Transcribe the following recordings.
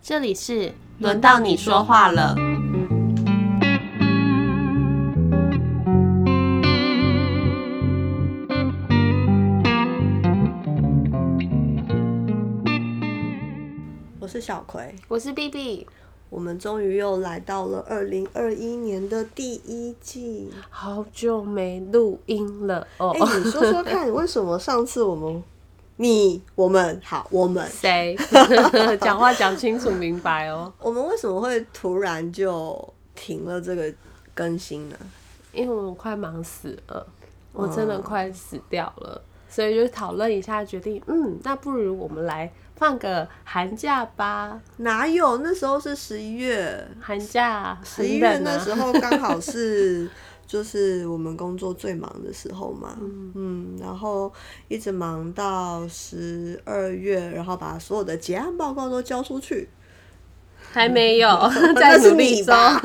这里是轮到你说话了。我是小葵，我是 B B，我们终于又来到了二零二一年的第一季。好久没录音了哦哎、。你说说看，为什么上次我们你我们好我们谁？ 讲话讲清楚明白哦。我们为什么会突然就停了这个更新呢？因为我快忙死了，哦我真的快死掉了，所以就讨论一下，决定，嗯，那不如我们来放个寒假吧。哪有？那时候是十一月，寒假十一很月冷那啊，时候刚好是就是我们工作最忙的时候嘛，嗯，然后一直忙到十二月，然后把所有的结案报告都交出去，还没有， 在那是努力你中。吧。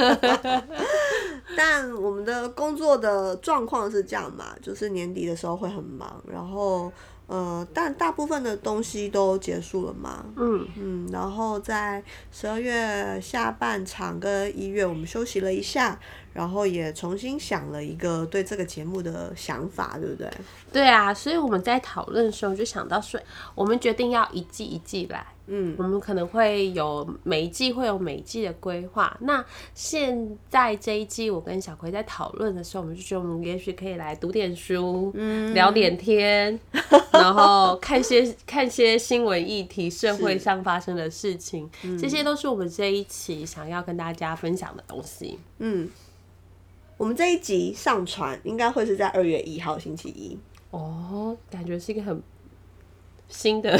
但我们的工作的状况是这样嘛，就是年底的时候会很忙，然后呃，但大部分的东西都结束了嘛， 嗯，嗯，然后在十二月下半场跟一月，我们休息了一下，然后也重新想了一个对这个节目的想法，对不对？对啊，所以我们在讨论的时候就想到说，我们决定要一季一季来。嗯我们可能会有每一季会有每一季的规划。那现在这一季，我跟小葵在讨论的时候，我们就觉得我们也许可以来读点书，嗯聊点天，然后看 些看些新闻议题、社会上发生的事情，这些都是我们这一期想要跟大家分享的东西。嗯，我们这一集上传应该会是在二月一号星期一，哦，感觉是一个很新的，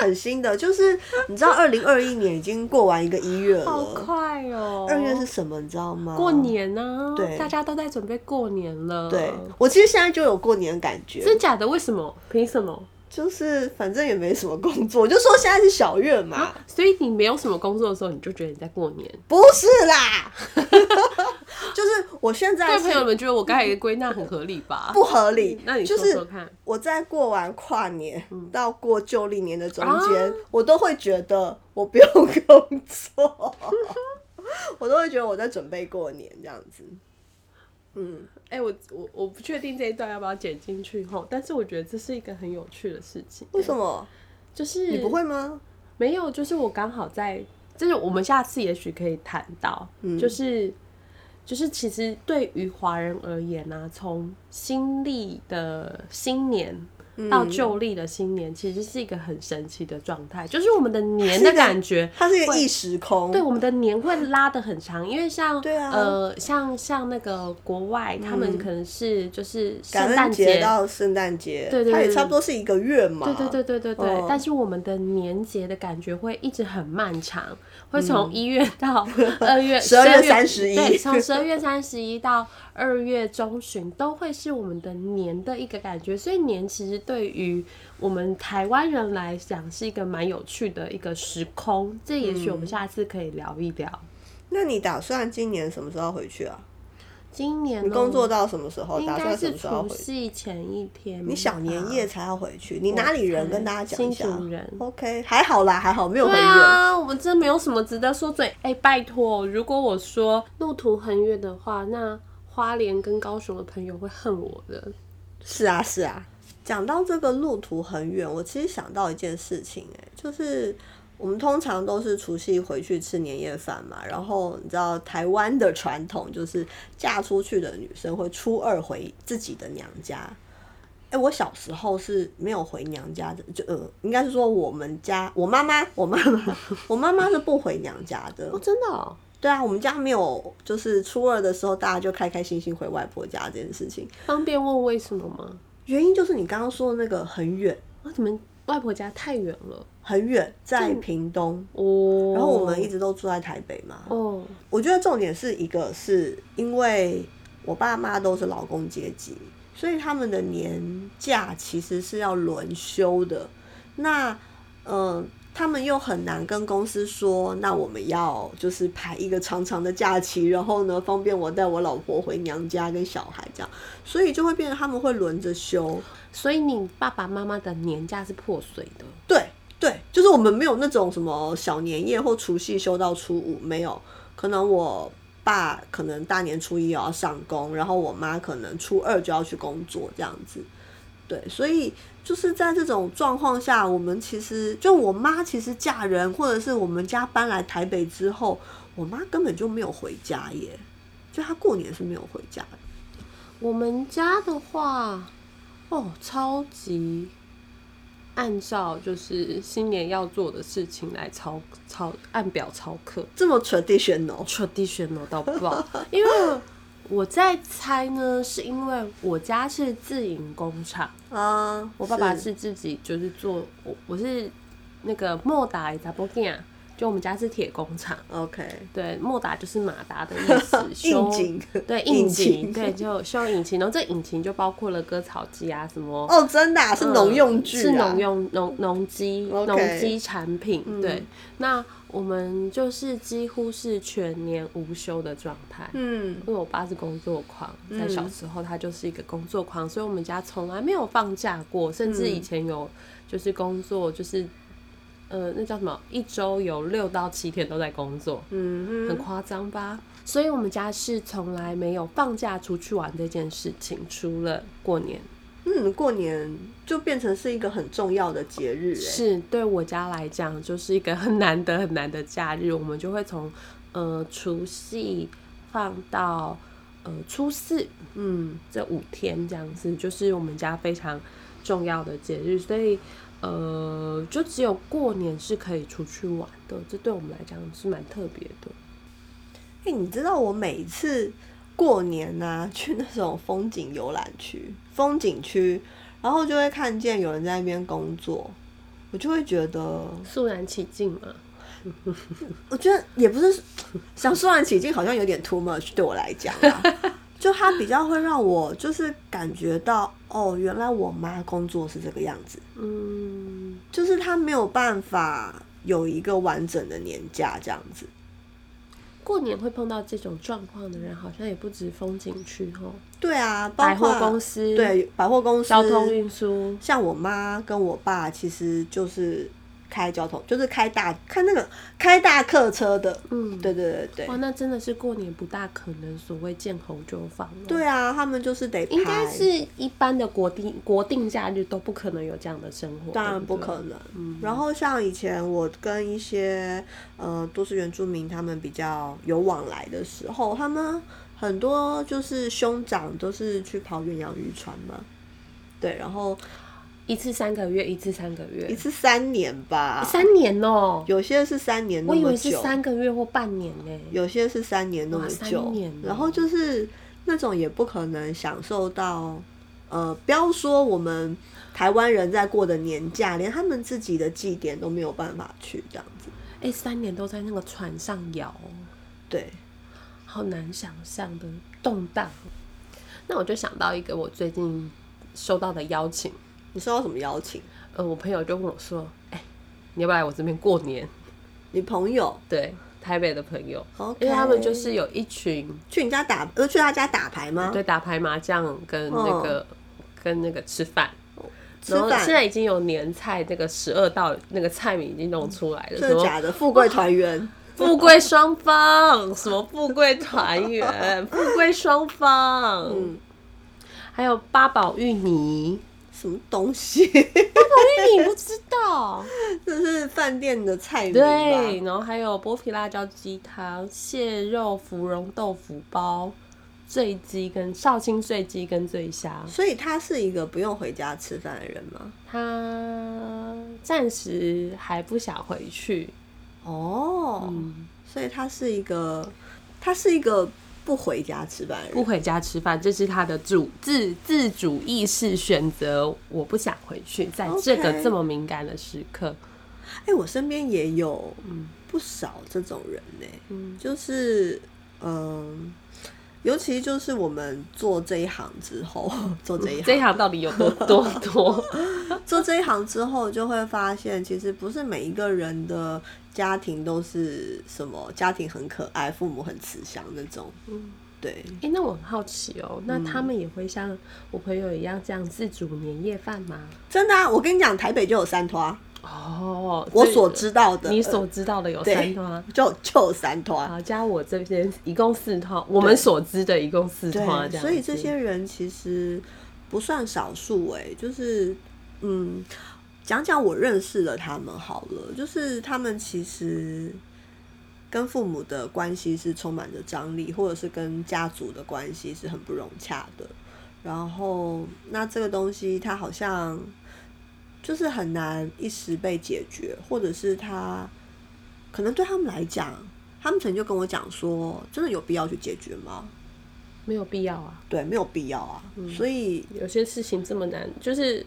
很新的，就是你知道，二零二一年已经过完一个一月好了，快哦！二月是什么？你知道吗？过。年呢、对大家都在准备过年了。对，我其实现在就有过年的感觉，真假的？为什么？凭什么？就是反正也没什么工作，我就说现在是小月嘛，所以你没有什么工作的时候，你就觉得你在过年。不是啦， 就是我现在但朋友是们觉得我刚才的归纳很合理吧？不合理，那你就说是说看。嗯我在过完跨年到过旧历年的中间，啊我都会觉得我不用工作， 我都会觉得我在准备过年这样子。嗯，哎、我我我不确定这一段要不要剪进去吼，但是我觉得这是一个很有趣的事情。为什？么？就是你不会吗？没有，就是我刚好在，就是我们下次也许可以谈到，嗯就是就是其实对于华人而言呢、啊，从新历的新年到嗯旧历的新年，其实是一个很神奇的状态，就是我们的年的感觉。它是一个异时空。对，我们的年会拉得很长，因为像对啊嗯呃，像像那个国外，他们可能是就是感圣诞恩节节，到圣诞节，对对它也对差不多是一个月嘛。对对对对对对。嗯但是我们的年节的感觉会一直很漫长，会从一月到 二月， 12月嗯12 31对，从十二月三十一到二月中旬都会是我们的年的一个感觉。所以年其实对于我们台湾人来讲是一个蛮有趣的一个时空，这也许我们下次可以聊一聊。那你打算今年什么时候回去啊？今年你哦工作到什么时候？应打该算什是么时候除回去？夕前一天吧。你小年夜才要回去，你哪里人？我跟大家讲一下。新竹人 OK，还好啦，还好没有很对远。啊，我们真没有什么值得说嘴。哎、拜托，如果我说路途很远的话，那花莲跟高雄的朋友会恨我的。是啊，是啊。讲到这个路途很远，我其实想到一件事情、哎，就是我们通常都是除夕回去吃年夜饭嘛，然后你知道台湾的传统就是嫁出去的女生会初二回自己的娘家。哎、我小时候是没有回娘家的，就呃，应该是说我们家，我妈妈，我妈妈， 我妈妈是不回娘家的。哦，真的、哦？对啊，我们家没有，就是初二的时候大家就开开心心回外婆家这件事情，方便问为什么吗？原因就是你刚刚说的那个很远啊，你们外婆家太远了很远，在屏东，哦。然后我们一直都住在台北嘛。哦，我觉得重点是一个是因为我爸妈都是劳工阶级，所以他们的年假其实是要轮休的。那呃，他们又很难跟公司说，那我们要就是排一个长长的假期，然后呢，方便我带我老婆回娘家跟小孩这样，所以就会变成他们会轮着休。所以你爸爸妈妈的年假是破碎的。对，对，就是我们没有那种什么小年夜或除夕休到初五，没有。可能我爸可能大年初一也要上工，然后我妈可能初二就要去工作这样子。对，所以就是在这种状况下，我们其实就我妈其实嫁人，或者是我们家搬来台北之后，我妈根本就没有回家耶，就她过年是没有回家的。我们家的话，哦，超级按照就是新年要做的事情来操操按表操课这么 traditional， ，traditional 到爆。因为我在猜呢，是因为我家是自营工厂，啊，呃我爸爸是自己就是做我我是那个莫达伊达波吉亚，就我们家是铁工厂。 OK，对，莫达就是马达的意 思，应修景对 应引擎，景对就修引擎，然后这引擎就包括了割草机啊，什么、哦，真的、啊、是农用具、啊嗯是农用农农机 OK 农机产品。嗯对，那我们就是几乎是全年无休的状态。嗯因为我爸是工作狂，在嗯小时候他就是一个工作狂，所以我们家从来没有放假过，甚至嗯以前有就是工作就是。呃，那叫什么？一周有六到七天都在工作，嗯很哼，夸张吧？所以我们家是从来没有放假出去玩这件事情，除了过年。嗯，过年就变成是一个很重要的节日、欸，是对我家来讲，就是一个很难得很难的假日，我们就会从呃除夕放到呃初四嗯这五天这样子，就是我们家非常重要的节日，所以呃就只有过年是可以出去玩的，这对我们来讲是蛮特别的。哎、你知道我每一次过年呐、去那种风景游览区、风景区，然后就会看见有人在那边工作，我就会觉得，肃然起敬嘛，我觉得也不是想肃然起敬，好像有点 too much 对我来讲 啊。就它比较会让我就是感觉到，哦，原来我妈工作是这个样子，嗯。就是她没有办法有一个完整的年假这样子。过年会碰到这种状况的人，好像也不止风景区哦，对啊，包百括货公司、对百货公司交通运输，像我妈跟我爸其实就是开交通，就是开大开那个开大客车的，嗯，对对对哇，对，那真的是过年不大可能所谓见红就放了。对，啊，他们就是得应该排是一般的国定国定假日都不可能有这样的生活，当然对不对可。能。嗯，然后像以前我跟一些呃都市原住民他们比较有往来的时候，他们很多就是兄长都是去跑远洋渔船嘛，对，然后一次三个月，一次三个一月，次三年吧，三年哦、有些是三年那我以么为是久，三个月或半年呢、有些是三年那么哇三久年哦，然后就是那种也不可能享受到，呃，不要说我们台湾人在过的年假，连他们自己的祭典都没有办法去这样子。哎、三年都在那个船上摇、哦。对，好难想象的动荡。哦那我就想到一个我最近收到的邀请，你收到什么邀请？呃，我朋友就问我说：“哎、你要不要来我这边过年你朋友？”对，台北的朋友 OK 因为他们就是有一群去你家打，呃，去他家打牌吗？对打牌、麻将跟那个、跟那个吃饭。嗯吃然后饭现在已经有年菜那个十二道那个菜名已经弄出来了，什真的么假的？富贵 团圆，富贵双方，什么富贵团 圆，富贵双方，嗯，还有八宝芋 泥，什么东西？ 你不知道，这是饭店的菜名吧？对，然后还有剥皮辣椒鸡汤、蟹肉芙蓉豆腐包、醉鸡跟绍兴醉鸡跟醉虾，所以他是一个不用回家吃饭的人吗？他暂时还不想回去，哦，嗯，所以他是一个，他是一个不回家吃饭的不人。回家吃饭，这是他的主自自主意识选择，我不想回去，在这个 OK 这么敏感的时刻，哎、我身边也有嗯不少这种人呢、嗯就是嗯，尤其就是我们做这一行之后，做这一这一行，行到底有多多 多？做这一行之后，就会发现，其实不是每一个人的家庭都是什么家庭很可爱，父母很慈祥那种。嗯对，哎、那我很好奇哦，那他们也会像我朋友一样这样自主年夜饭吗？真的啊，我跟你讲，台北就有三拖啊。哦哦，我这所知道的，你所知道的有三啊对团。就就三啊团，好，加我这边一共四团，我们所知的一共四团，对，所以这这样子些人其实不算少数哎、就是嗯，讲讲我认识的他们好了，就是他们其实跟父母的关系是充满着张力，或者是跟家族的关系是很不融洽的。然后，那这个东西它好像就是很难一时被解决，或者是他可能对他们来讲，他们曾经就跟我讲说，真的有必要去解决吗？没有必要啊。对，没有必要啊。所以有些事情这么难，就是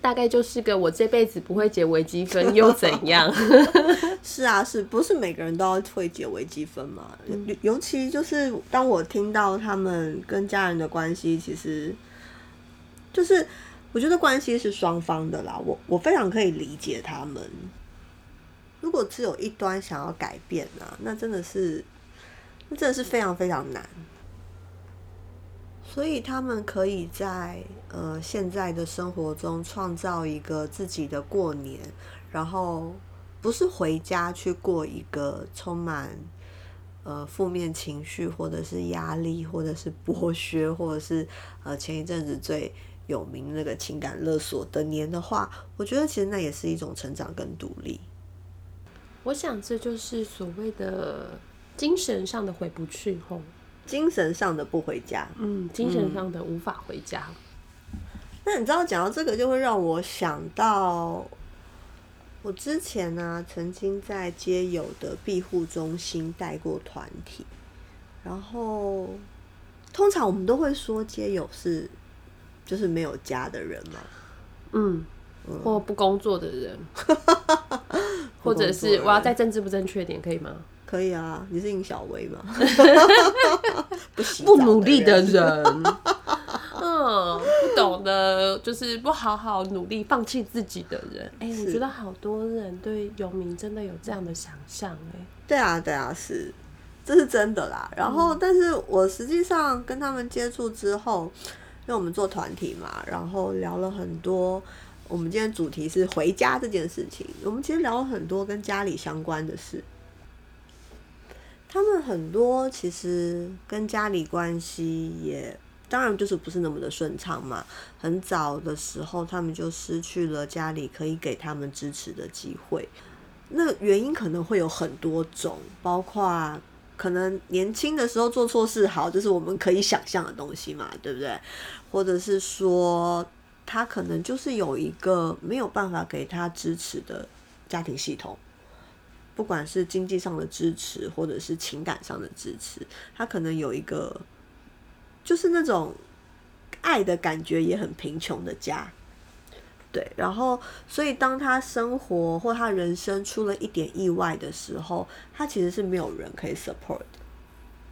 大概就是个我这辈子不会解微积分又怎样？ 是啊，是不是每个人都要会解微积分嘛？尤尤其就是当我听到他们跟家人的关系，其实就是我觉得关系是双方的啦。我我非常可以理解他们。如果只有一端想要改变啊，那真的是，那真的是非常非常难。所以他们可以在呃现在的生活中创造一个自己的过年，然后不是回家去过一个充满呃负面情绪，或者是压力，或者是剥削，或者是呃前一阵子最有名那个情感勒索的年的话，我觉得其实那也是一种成长跟独立。我想这就是所谓的精神上的回不去吼，精神上的不回家，嗯，精神上的无法回家。那你知道讲到这个，就会让我想到我之前呢、曾经在街友的庇护中心带过团体，然后通常我们都会说街友是就是没有家的人嘛，嗯，或不工作的 人，或者不工作的是人我要再政治不正确一点，可以吗？可以啊，你是尹小薇嘛？ 不洗不澡努力的人人， 嗯，不懂得就是不好好努力、放弃自己的人。哎、我是觉得好多人对游民真的有这样的想象、哎，对啊，对啊，是，这是真的啦。然后，但是我实际上跟他们接触之后，因为我们做团体嘛，然后聊了很多。我们今天主题是回家这件事情，我们其实聊了很多跟家里相关的事。他们很多其实跟家里关系也，当然就是不是那么的顺畅嘛。很早的时候，他们就失去了家里可以给他们支持的机会。那原因可能会有很多种，包括可能年轻的时候做错事，好，这是我们可以想象的东西嘛，对不对？或者是说他可能就是有一个没有办法给他支持的家庭系统，不管是经济上的支持，或者是情感上的支持，他可能有一个就是那种爱的感觉也很贫穷的家。对，然后，所以当他生活或他人生出了一点意外的时候，他其实是没有人可以 support 的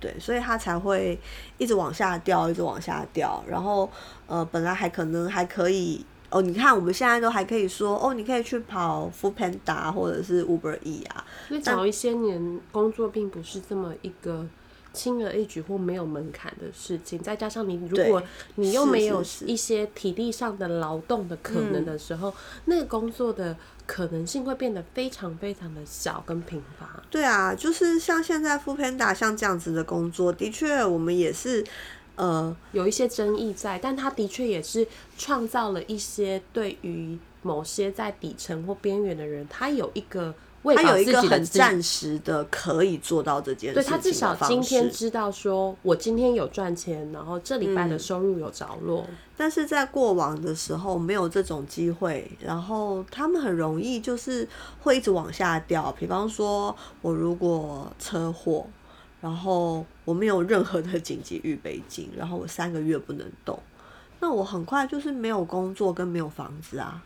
对，所以他才会一直往下掉，一直往下掉。然后，呃，本来还可能还可以哦，你看我们现在都还可以说哦，你可以去跑 Food Panda 或者是 Uber E 啊，因为早一些年工作并不是这么一个。轻而易举或没有门槛的事情，再加上你如对果你又是没有是是一些体力上的劳动的可能的时候，那个工作的可能性会变得非常非常的小跟贫乏。对啊，就是像现在 Food Panda 像这样子的工作，的确我们也是，呃，有一些争议在，但他的确也是创造了一些对于某些在底层或边缘的人，他有一个喂他饱自有一己个的很自暂时的可以做到这件事对情他至的少方今天式知道说，我今天有赚钱，然后这礼拜嗯的收入有着落。但是在过往的时候没有这种机会，然后他们很容易就是会一直往下掉。比方说，我如果车祸，然后我没有任何的紧急预备金，然后我三个月不能动，那我很快就是没有工作跟没有房子啊，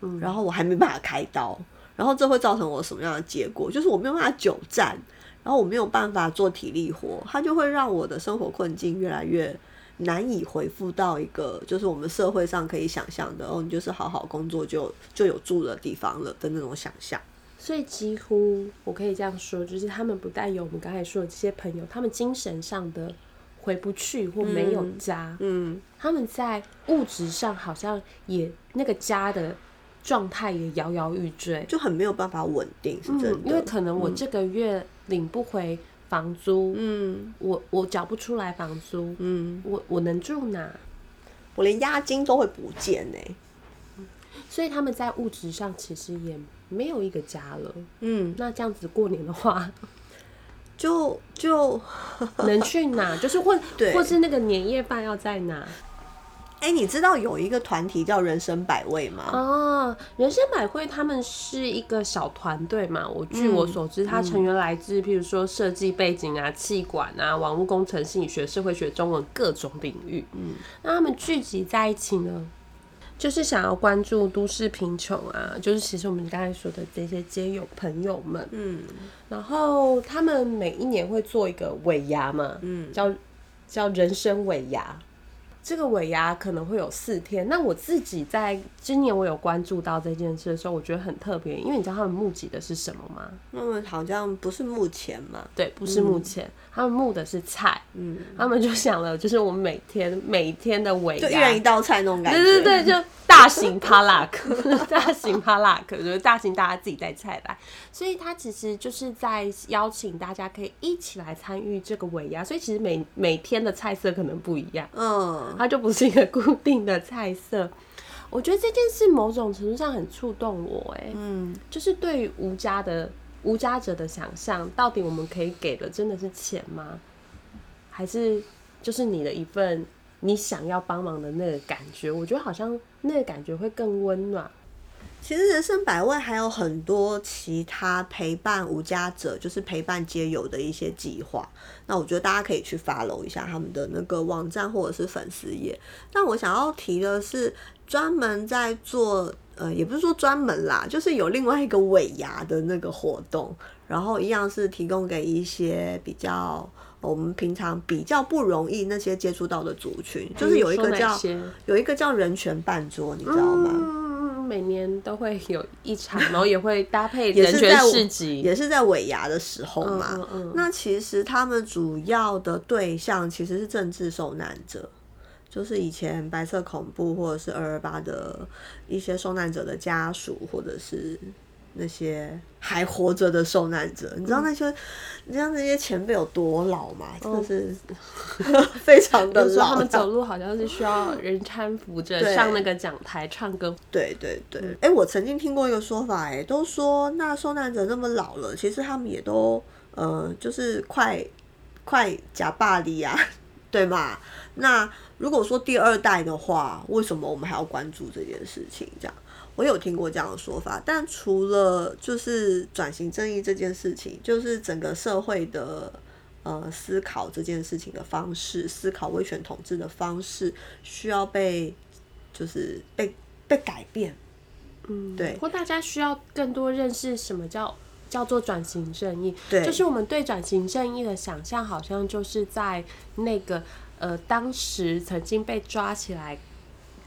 嗯，然后我还没办法开刀，然后这会造成我什么样的结果？就是我没有办法久站，然后我没有办法做体力活，它就会让我的生活困境越来越难以回复到一个就是我们社会上可以想象的哦，你就是好好工作就就有住的地方了的那种想象。所以几乎我可以这样说，就是他们不但有我们刚才说的这些朋友，他们精神上的回不去或没有家，嗯，他们在物质上好像也那个家的状态也摇摇欲坠。就很没有办法稳定，是嗯真，的。因为可能我这个月领不回房租，嗯我我缴不出来房租，嗯，我我能住哪？我连押金都会不见呢、欸所以他们在物质上其实也没有一个家了。嗯，那这样子过年的话， 就就能去哪？就是或对或是那个年夜饭要在哪？哎、你知道有一个团体叫人生百味吗？哦，人生百汇他们是一个小团队嘛，我据嗯我所知，它成员来自譬如说设计背景啊、气管啊、网络工程、心理学、社会学、中文各种领域。嗯，那他们聚集在一起呢，就是想要关注都市贫穷啊，就是其实我们刚才说的这些街友朋友们，嗯然后他们每一年会做一个尾牙嘛，嗯叫叫人生尾牙。这个尾牙可能会有四天。那我自己在今年我有关注到这件事的时候，我觉得很特别，因为你知道他们募集的是什么吗？那么嗯好像不是目前嘛，对，不是目前，他们募的是菜。嗯，他们就想了，就是我们每天每一天的尾就牙，一人一道菜那种感觉。对对对，就大型帕拉克， 大型帕拉克就是大型大家自己带菜来，所以它其实就是在邀请大家可以一起来参与这个尾牙，所以其实每每天的菜色可能不一样，嗯，它就不是一个固定的菜色。我觉得这件事某种程度上很触动我、哎，嗯，就是对于无家的无家者的想象，到底我们可以给的真的是钱吗？还是就是你的一份你想要帮忙的那个感觉？我觉得好像那个感觉会更温暖。其实人生百味还有很多其他陪伴无家者，就是陪伴街友的一些计划。那我觉得大家可以去 follow 一下他们的那个网站或者是粉丝页。但我想要提的是，专门在做，呃，也不是说专门啦，就是有另外一个尾牙的那个活动，然后一样是提供给一些比较。我们平常比较不容易那些接触到的族群，就是有一哎说个哪叫些有一个叫人权办桌，你知道吗？嗯，每年都会有一场，然后也会搭配 也人是权在市集。也是在尾牙的时候嘛。嗯嗯嗯那其实他们主要的对象其实是政治受难者，就是以前白色恐怖或者是二二八的一些受难者的家属，或者是那些还活着的受难者。嗯你知道那些，你知道那些前辈有多老吗？真的是 非常的就是嗯说老。啊他们走路好像是需要人搀扶着对上那个讲台唱歌，对对对，哎、我曾经听过一个说法、诶哎，都说那受难者那么老了，其实他们也都，呃，就是快快假巴黎啊， 对嘛？那如果说第二代的话，为什么我们还要关注这件事情？这样，我有听过这样的说法，但除了就是转型正义这件事情，就是整个社会的呃思考这件事情的方式，思考威权统治的方式，需要被就是被被改变。嗯，对或大家需要更多认识什么叫叫做转型正义。对就是我们对转型正义的想象，好像就是在那个呃当时曾经被抓起来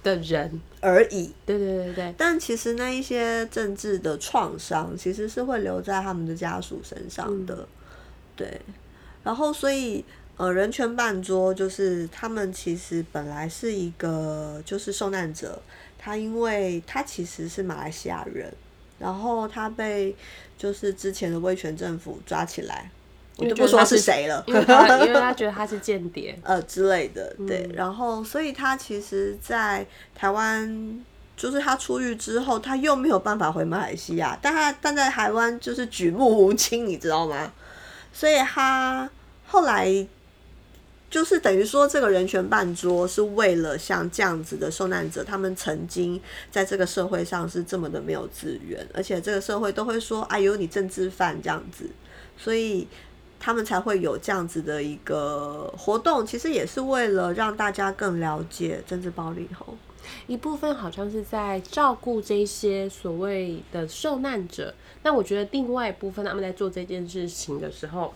的人。而已。对对对对但其实那一些政治的创伤，其实是会留在他们的家属身上的。嗯对，然后所以呃，人权办桌就是他们其实本来是一个就是受难者，他因为他其实是马来西亚人，然后他被就是之前的威权政府抓起来，我因为就觉不得说他是是谁了，对，因为 。他因为他觉得他是间谍呃之类的，对。然后，所以他其实，在台湾，就是他出狱之后，他又没有办法回马来西亚，但他但在台湾就是举目无亲，你知道吗？所以他后来就是等于说，这个人权办桌是为了像这样子的受难者，他们曾经在这个社会上是这么的没有资源，而且这个社会都会说：“哎呦，你政治犯这样子。”所以他们才会有这样子的一个活动，其实也是为了让大家更了解政治暴力吼。一部分好像是在照顾这些所谓的受难者。那我觉得另外一部分他们在做这件事情的时候，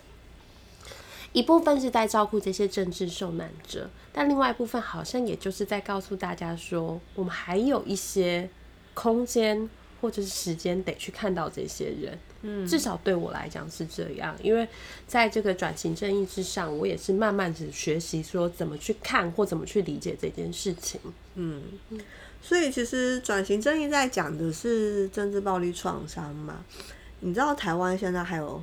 一部分是在照顾这些政治受难者，但另外一部分好像也就是在告诉大家说，我们还有一些空间或者是时间得去看到这些人。嗯，至少对我来讲是这样，因为在这个转型正义之上，我也是慢慢的学习说怎么去看或怎么去理解这件事情。所以其实转型正义在讲的是政治暴力创伤嘛。你知道台湾现在还有，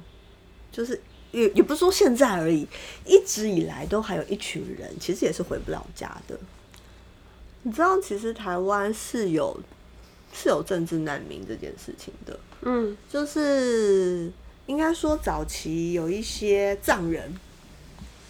就是也也不是说现在而已，一直以来都还有一群人，其实也是回不了家的。你知道，其实台湾是有是有政治难民这件事情的，嗯就是应该说早期有一些藏人，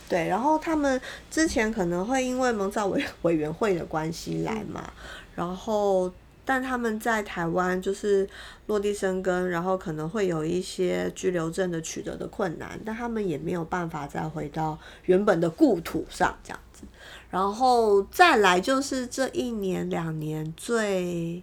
对，然后他们之前可能会因为蒙藏委委员会的关系来嗯嘛，然后但他们在台湾就是落地生根，然后可能会有一些居留证的取得的困难，但他们也没有办法再回到原本的故土上这样子。然后再来就是这一年两年最，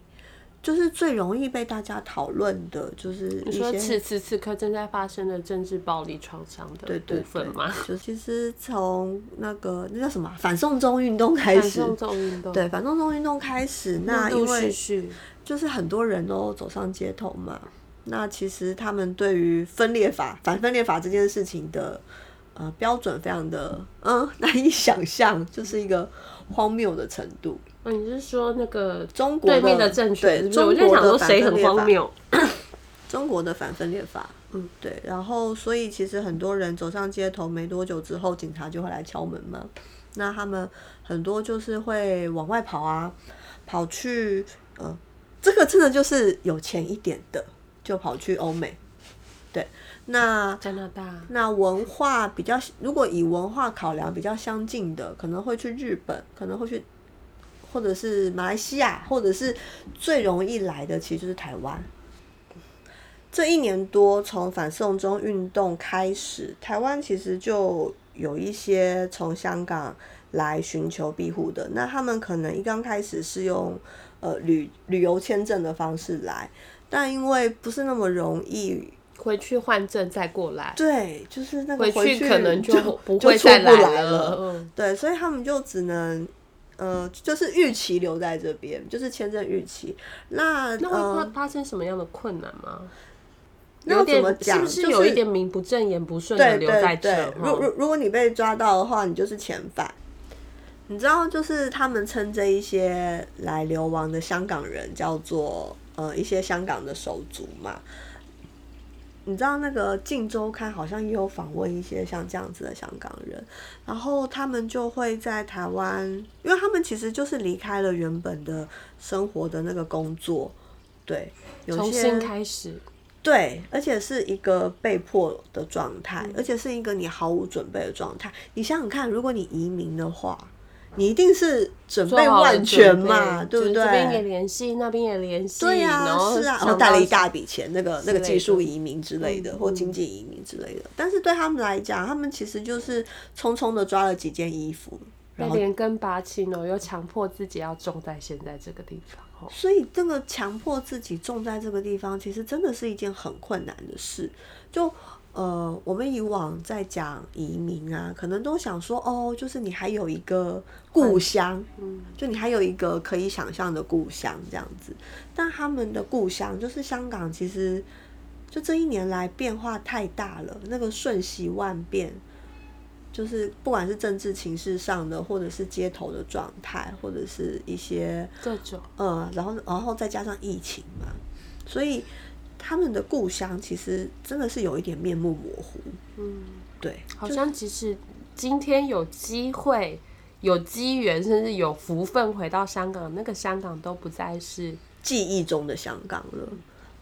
就是最容易被大家讨论的，就是一你说些此时此刻正在发生的政治暴力创伤的对对部分吗？ 就其实从那个那叫什么啊反送中运动开反始，送中运动，对反送中运动开始，那陆陆因续为续，就是很多人都走上街头嘛，那其实他们对于分裂法、反分裂法这件事情的呃标准非常的嗯 难以想象，就是一个荒谬的程度。哦，你是说那个中国对面的政权？对是不是我中就国想的说反谁分很裂法荒，谬？中国的反分裂法。嗯，对，然后所以其实很多人走上街头没多久之后，警察就会来敲门嘛。那他们很多就是会往外跑啊，跑去呃，这个真的就是有钱一点的就跑去欧美。对，那加拿大，那文化比较，如果以文化考量比较相近的，可能会去日本，可能会去，或者是马来西亚，或者是最容易来的，其实就是台湾。这一年多，从反送中运动开始，台湾其实就有一些从香港来寻求庇护的。那他们可能一刚开始是用呃旅旅游签证的方式来，但因为不是那么容易，回去换证再过来，对，就是那个回去可能就不就会出再不来了。嗯对，所以他们就只能，呃，就是预期留在这边，就是签证预期。那那会发呃，发生什么样的困难吗？那有要怎点么讲？是不是就有一点名不正言不顺的对留在对这对儿？，如哦如如果你被抓到的话，你就是遣返。你知道，就是他们称这一些来流亡的香港人叫做呃一些香港的手足嘛。你知道那个《镜周刊》好像也有访问一些像这样子的香港人，然后他们就会在台湾，因为他们其实就是离开了原本的生活的那个工作，对，有重些新开始，对，而且是一个被迫的状态，嗯而且是一个你毫无准备的状态。你想想看，如果你移民的话，你一定是准做备好了万准全备嘛，对就不是对？这边也联系，那边也联系，对呀、然后是啊，想我带到了一大笔钱，那个那个之类技术的移民之类的，嗯或嗯经济移民之类的。但是对他们来讲，他们其实就是匆匆的抓了几件衣服，被然后连根拔起呢，又强迫自己要种在现在这个地方。哦所以这个强迫自己种在这个地方，其实真的是一件很困难的事。就呃，我们以往在讲移民啊，可能都想说哦，就是你还有一个故乡，就你还有一个可以想象的故乡这样子。但他们的故乡就是香港，其实就这一年来变化太大了，那个瞬息万变。就是不管是政治情势上的，或者是街头的状态，或者是一些这种呃，然后然后再加上疫情嘛，所以他们的故乡其实真的是有一点面目模糊。嗯，对，好就像即使今天有机会、有机缘，甚至有福分回到香港，那个香港都不再是记忆中的香港了。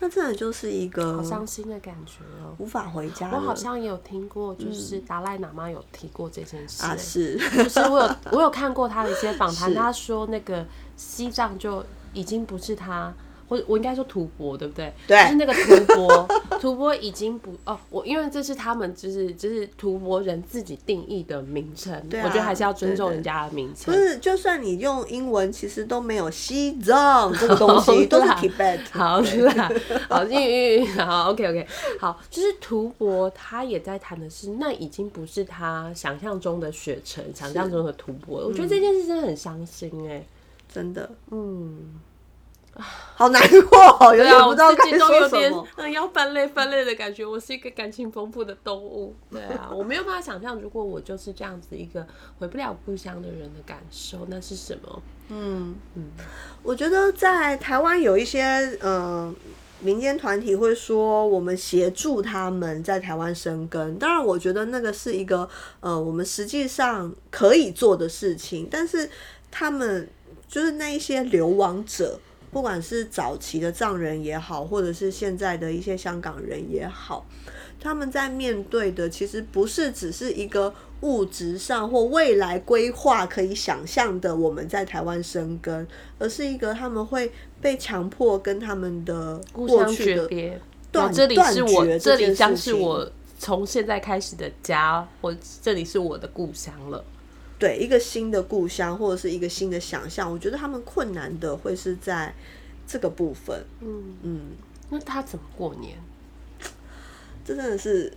那真的就是一嗯好个伤心的感觉哦。无法回家我好了像也有听过，就是达赖喇嘛有提过这件事、啊，是 就是欸我有我有看过他的一些访谈，是他说那个西藏就已经不是他，或者我应该说吐蕃对不对？对就是那个吐蕃，吐蕃已经不哦，我因为这是他们就是就是吐蕃人自己定义的名称，对啊我觉得还是要尊重对对人家的名不称。是？就算你用英文，其实都没有西藏这个东 好西，啦都是 Tibet。哦啊好啦， 好，因为因为好，OK OK，好，就是图博他也在谈的是，那已经不是他想象中的雪城，想嗯欸象中的图博，我觉得这件事真的很伤心哎、真的，嗯，好难过、哦，对有点啊，不我知道自己该都有说什点么。嗯要翻类翻类的感觉。我是一个感情丰富的动物，对啊，我没有办法想象，如果我就是这样子一个回不了故乡的人的感受，那是什么？嗯嗯，我觉得在台湾有一些呃民间团体会说，我们协助他们在台湾生根。当然，我觉得那个是一个呃，我们实际上可以做的事情。但是他们就是那一些流亡者，不管是早期的藏人也好，或者是现在的一些香港人也好，他们在面对的其实不是只是一个物质上或未来规划可以想象的我们在台湾生根，而是一个他们会被强迫跟他们的故过乡去诀的别，断哦这里是断我，绝这这件里将事是情我从现在开始的家，或这里是我的故乡了。对一个新的故乡或者是一个新的想象，我觉得他们困难的会是在这个部分。嗯，嗯，那他怎么过年？这真的是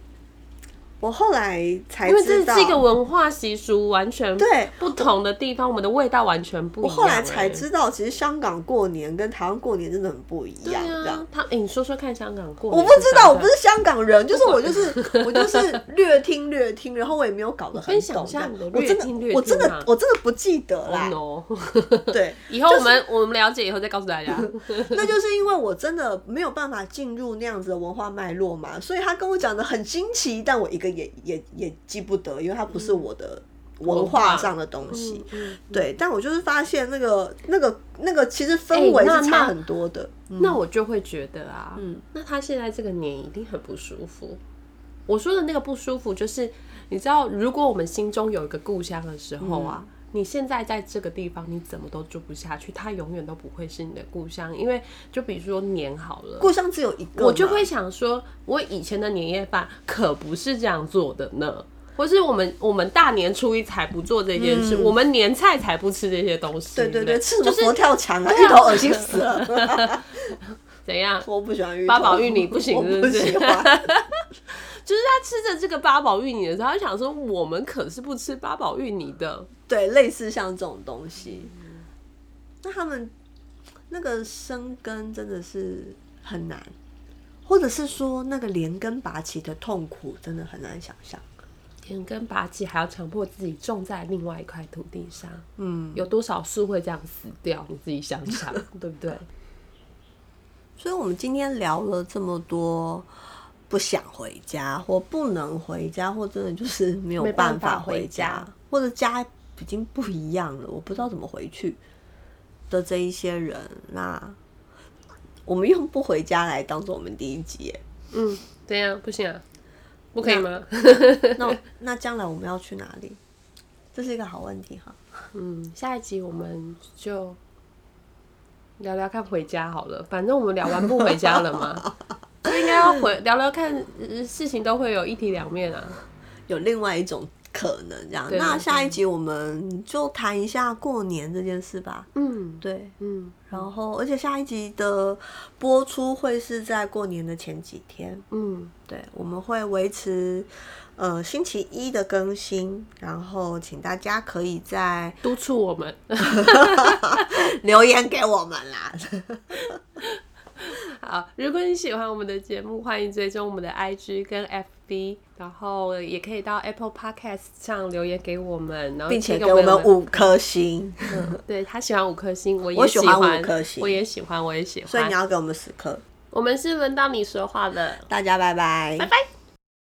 我后来才因为知这道，是一个文化习俗完全对不同的地方，我们的味道完全不一我样、后来才哎知道，其实香港过年跟台湾过年真的很不一对样。这样啊，他哎、你说说看，香港过我年不知道，我不是是香 港人，就是我就是我就是略听略听，然后我也没有搞得很分享懂一。下这样你的我略真的听略我听真的嘛我真的不记得啦。哦 no，对， 以后我们、我们了解以后再告诉大家。 那就是因为我真的没有办法进入那样子的文化脉络嘛，所以他跟我讲的很新奇，但我一个也也也记不得，因为它不是我的文化上的东西。嗯对，但我就是发现那个那个那个其实哎氛围那是差那很多的。 嗯那我就会觉得啊，嗯那他现在这个年一定很不舒服。我说的那个不舒服，就是你知道，如果我们心中有一个故乡的时候啊，嗯你现在在这个地方，你怎么都住不下去，它永远都不会是你的故乡。因为就比如说年好了，故乡只有一个嘛，我就会想说，我以前的年夜饭可不是这样做的呢。或是我们我们大年初一才不做这件事，我们年菜才不吃这些东西。对对对，吃什就么是佛跳墙啊，芋头恶心死了， 怎样？我不喜欢芋头。八宝芋你不行 我是不不是喜欢。就是他吃着这个八宝芋泥的时候，他就想说我们可是不吃八宝芋泥的。对，类似像这种东西，那他们那个生根真的是很难，或者是说那个连根拔起的痛苦真的很难想象。田根拔起，还要强迫自己种在另外一块土地上，嗯，有多少树会这样死掉？你自己想想， 对不对？所以我们今天聊了这么多。不想回家，或不能回家，或真的就是没有没办办法法回回家，家或者家已经不一样了，我不知道怎么回去的这一些人，那我们用不回家来当做我们第一集耶，嗯，怎样？不行啊，不可以吗？那那将来我们要去哪里？这是一个好问题哈。嗯，下一集我们就聊聊看回家好了。反正我们聊完不回家了 嘛，就应该要回聊聊看、呃事情都会有一体两面啊。有另外一种可能这样。对那下一集我们就谈一下过年这件事吧。嗯，对，嗯然后而且下一集的播出会是在过年的前几天。嗯，对，我们会维持呃星期一的更新，然后请大家可以在督促我们。 留言给我们啦。好，如果你喜欢我们的节目，欢迎追踪我们的 IG 跟 FB，然后也可以到 Apple Podcast 上留言给我们，然后并且哦这给个我我们五颗星，们，对他喜欢五颗星，我也我喜欢欢五颗星我也喜欢，我也喜欢。所以你要给我们十颗。我们是轮到你说话了，大家拜拜拜。拜。